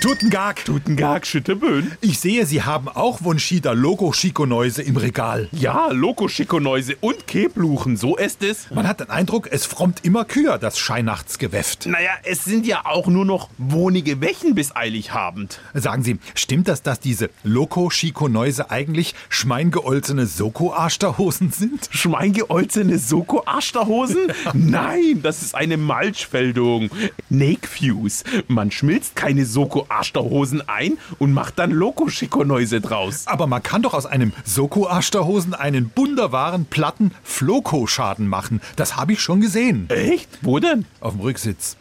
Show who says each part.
Speaker 1: Tutengag.
Speaker 2: Tutengag, Schütteböen.
Speaker 1: Ich sehe, Sie haben auch Wunschida Logo Schikoneuse im Regal.
Speaker 2: Ja, Lokoschikoneuse und Kebluchen, so ist es.
Speaker 1: Man hat den Eindruck, es frommt immer Kühe, das Scheinachtsgewäft.
Speaker 2: Naja, es sind ja auch nur noch wohnige Wächen bis Heiligabend.
Speaker 1: Sagen Sie, stimmt das, dass diese Loco Schikoneuse eigentlich schmeingeolzene soko arschterhosen sind?
Speaker 2: Schmeingeolzene soko ashterhosen Nein, das ist eine Malchfeldung. Nakefuse. Man schmilzt keine soko ashterhosen ein und macht dann Lokoschikoneuse draus.
Speaker 1: Aber man kann doch aus einem soko arschterhosen einen wunderbaren platten Floko-Schaden machen. Das habe ich schon gesehen.
Speaker 2: Echt? Wo denn?
Speaker 1: Auf dem Rücksitz.